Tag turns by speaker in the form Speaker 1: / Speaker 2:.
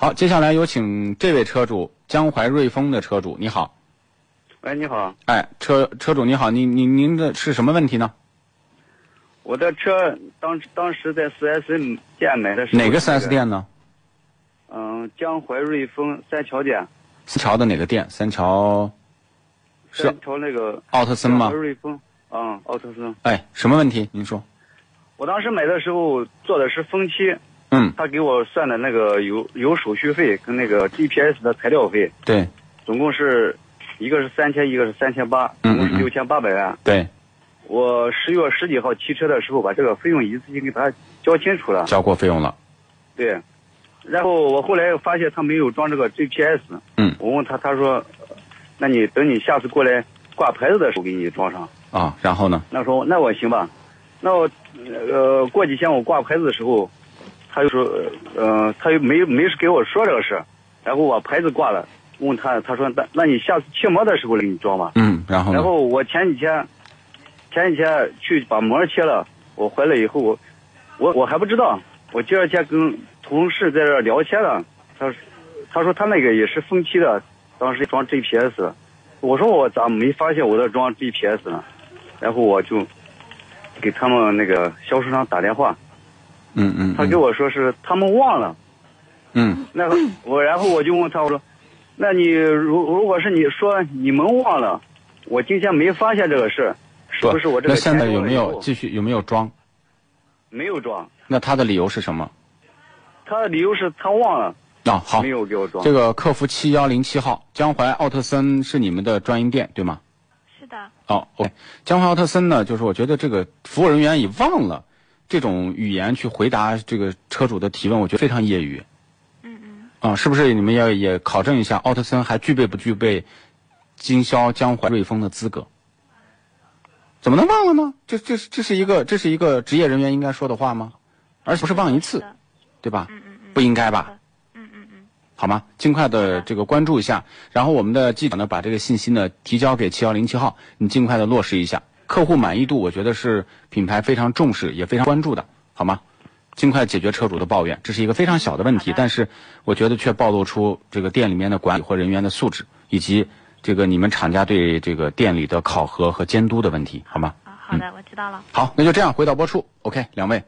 Speaker 1: 好，接下来有请这位车主江淮瑞风的车主，你好，
Speaker 2: 喂，你好，
Speaker 1: 哎，车车主你好，您您您的是什么问题呢？
Speaker 2: 我的车当当时在 4S 店买的是
Speaker 1: 哪个 4S？店呢？
Speaker 2: 嗯，江淮瑞丰三桥店，
Speaker 1: 三桥的哪个店？三桥是
Speaker 2: 三桥那个
Speaker 1: 奥特森
Speaker 2: 江
Speaker 1: 吗
Speaker 2: 淮？瑞丰，嗯，奥特森。
Speaker 1: 哎，什么问题？您说。
Speaker 2: 我当时买的时候做的是分期，
Speaker 1: 嗯，
Speaker 2: 他给我算的那个油油手续费跟那个 GPS 的材料费，
Speaker 1: 对
Speaker 2: 总共是一个是三千，一个是三千八，
Speaker 1: 嗯嗯
Speaker 2: 总共是
Speaker 1: 嗯
Speaker 2: 六千八百元。
Speaker 1: 对，
Speaker 2: 我十月十几号提车的时候把这个费用一次性给他交清楚了。
Speaker 1: 交过费用了。
Speaker 2: 对，然后我后来发现他没有装这个 GPS，
Speaker 1: 嗯
Speaker 2: 我问他，他说，那你等你下次过来挂牌子的时候给你装上。
Speaker 1: 啊，然后呢？
Speaker 2: 那时候那我行吧，那我呃过几天我挂牌子的时候，他就说，呃，他又没没给我说这个事儿，然后我牌子挂了，问他，他说那那你下次切膜的时候给你装吧。
Speaker 1: 嗯，然后呢？
Speaker 2: 然后我前几天，前几天去把膜切了，我回来以后，我我我还不知道，我第二天跟同事在这儿聊天了，他说他说他那个也是分期的，当时装 GPS，我说我咋没发现我在装 GPS 呢？然后我就给他们那个销售商打电话，
Speaker 1: 嗯嗯，
Speaker 2: 他给我说是他们忘了。
Speaker 1: 嗯
Speaker 2: 那我然后我就问他，我说，那你如如果是你说你们忘了，我今天没发现这个事儿，是
Speaker 1: 不
Speaker 2: 不是我这个
Speaker 1: 那现在
Speaker 2: 钱
Speaker 1: 有没
Speaker 2: 装了以
Speaker 1: 有
Speaker 2: 后
Speaker 1: 继续有没有装？
Speaker 2: 没有装？
Speaker 1: 那他的理由是什么？
Speaker 2: 他的理由是他忘了，
Speaker 1: 啊，好
Speaker 2: 没，有给我装
Speaker 1: 这。个客服七幺零七号江淮奥特森是你们的专营店对吗？
Speaker 3: 是的，
Speaker 1: 哦，OK，江淮奥特森呢，就是我觉得这个服务人员已忘了这种语言去回答这个车主的提问，我觉得非常业余
Speaker 3: 嗯嗯，
Speaker 1: 啊、是不是？你们要也考证一下，奥特森还具备不具备经销江淮瑞丰的资格？怎么能忘了呢？这这是这是一个这是一个职业人员应该说的话吗？而且不是忘一
Speaker 3: 是
Speaker 1: 次，
Speaker 3: 的，
Speaker 1: 对吧？
Speaker 3: 嗯嗯嗯，
Speaker 1: 不应该吧？
Speaker 3: 嗯嗯嗯，
Speaker 1: 好吗？尽快的
Speaker 3: 好
Speaker 1: 这个关注一下，然后我们的记者呢把这个信息呢提交给七幺零七号，你尽快的落实一下。客户满意度，我觉得是品牌非常重视也非常关注的，好吗？尽快解决车主的抱怨，这是一个非常小的问题，
Speaker 3: 好的
Speaker 1: 但是我觉得却暴露出这个店里面的管理或人员的素质，以及这个你们厂家对这个店里的考核和监督的问题，好吗？嗯
Speaker 3: 啊，好的，我知道了。
Speaker 1: 好，那就这样回到播出，OK，两位。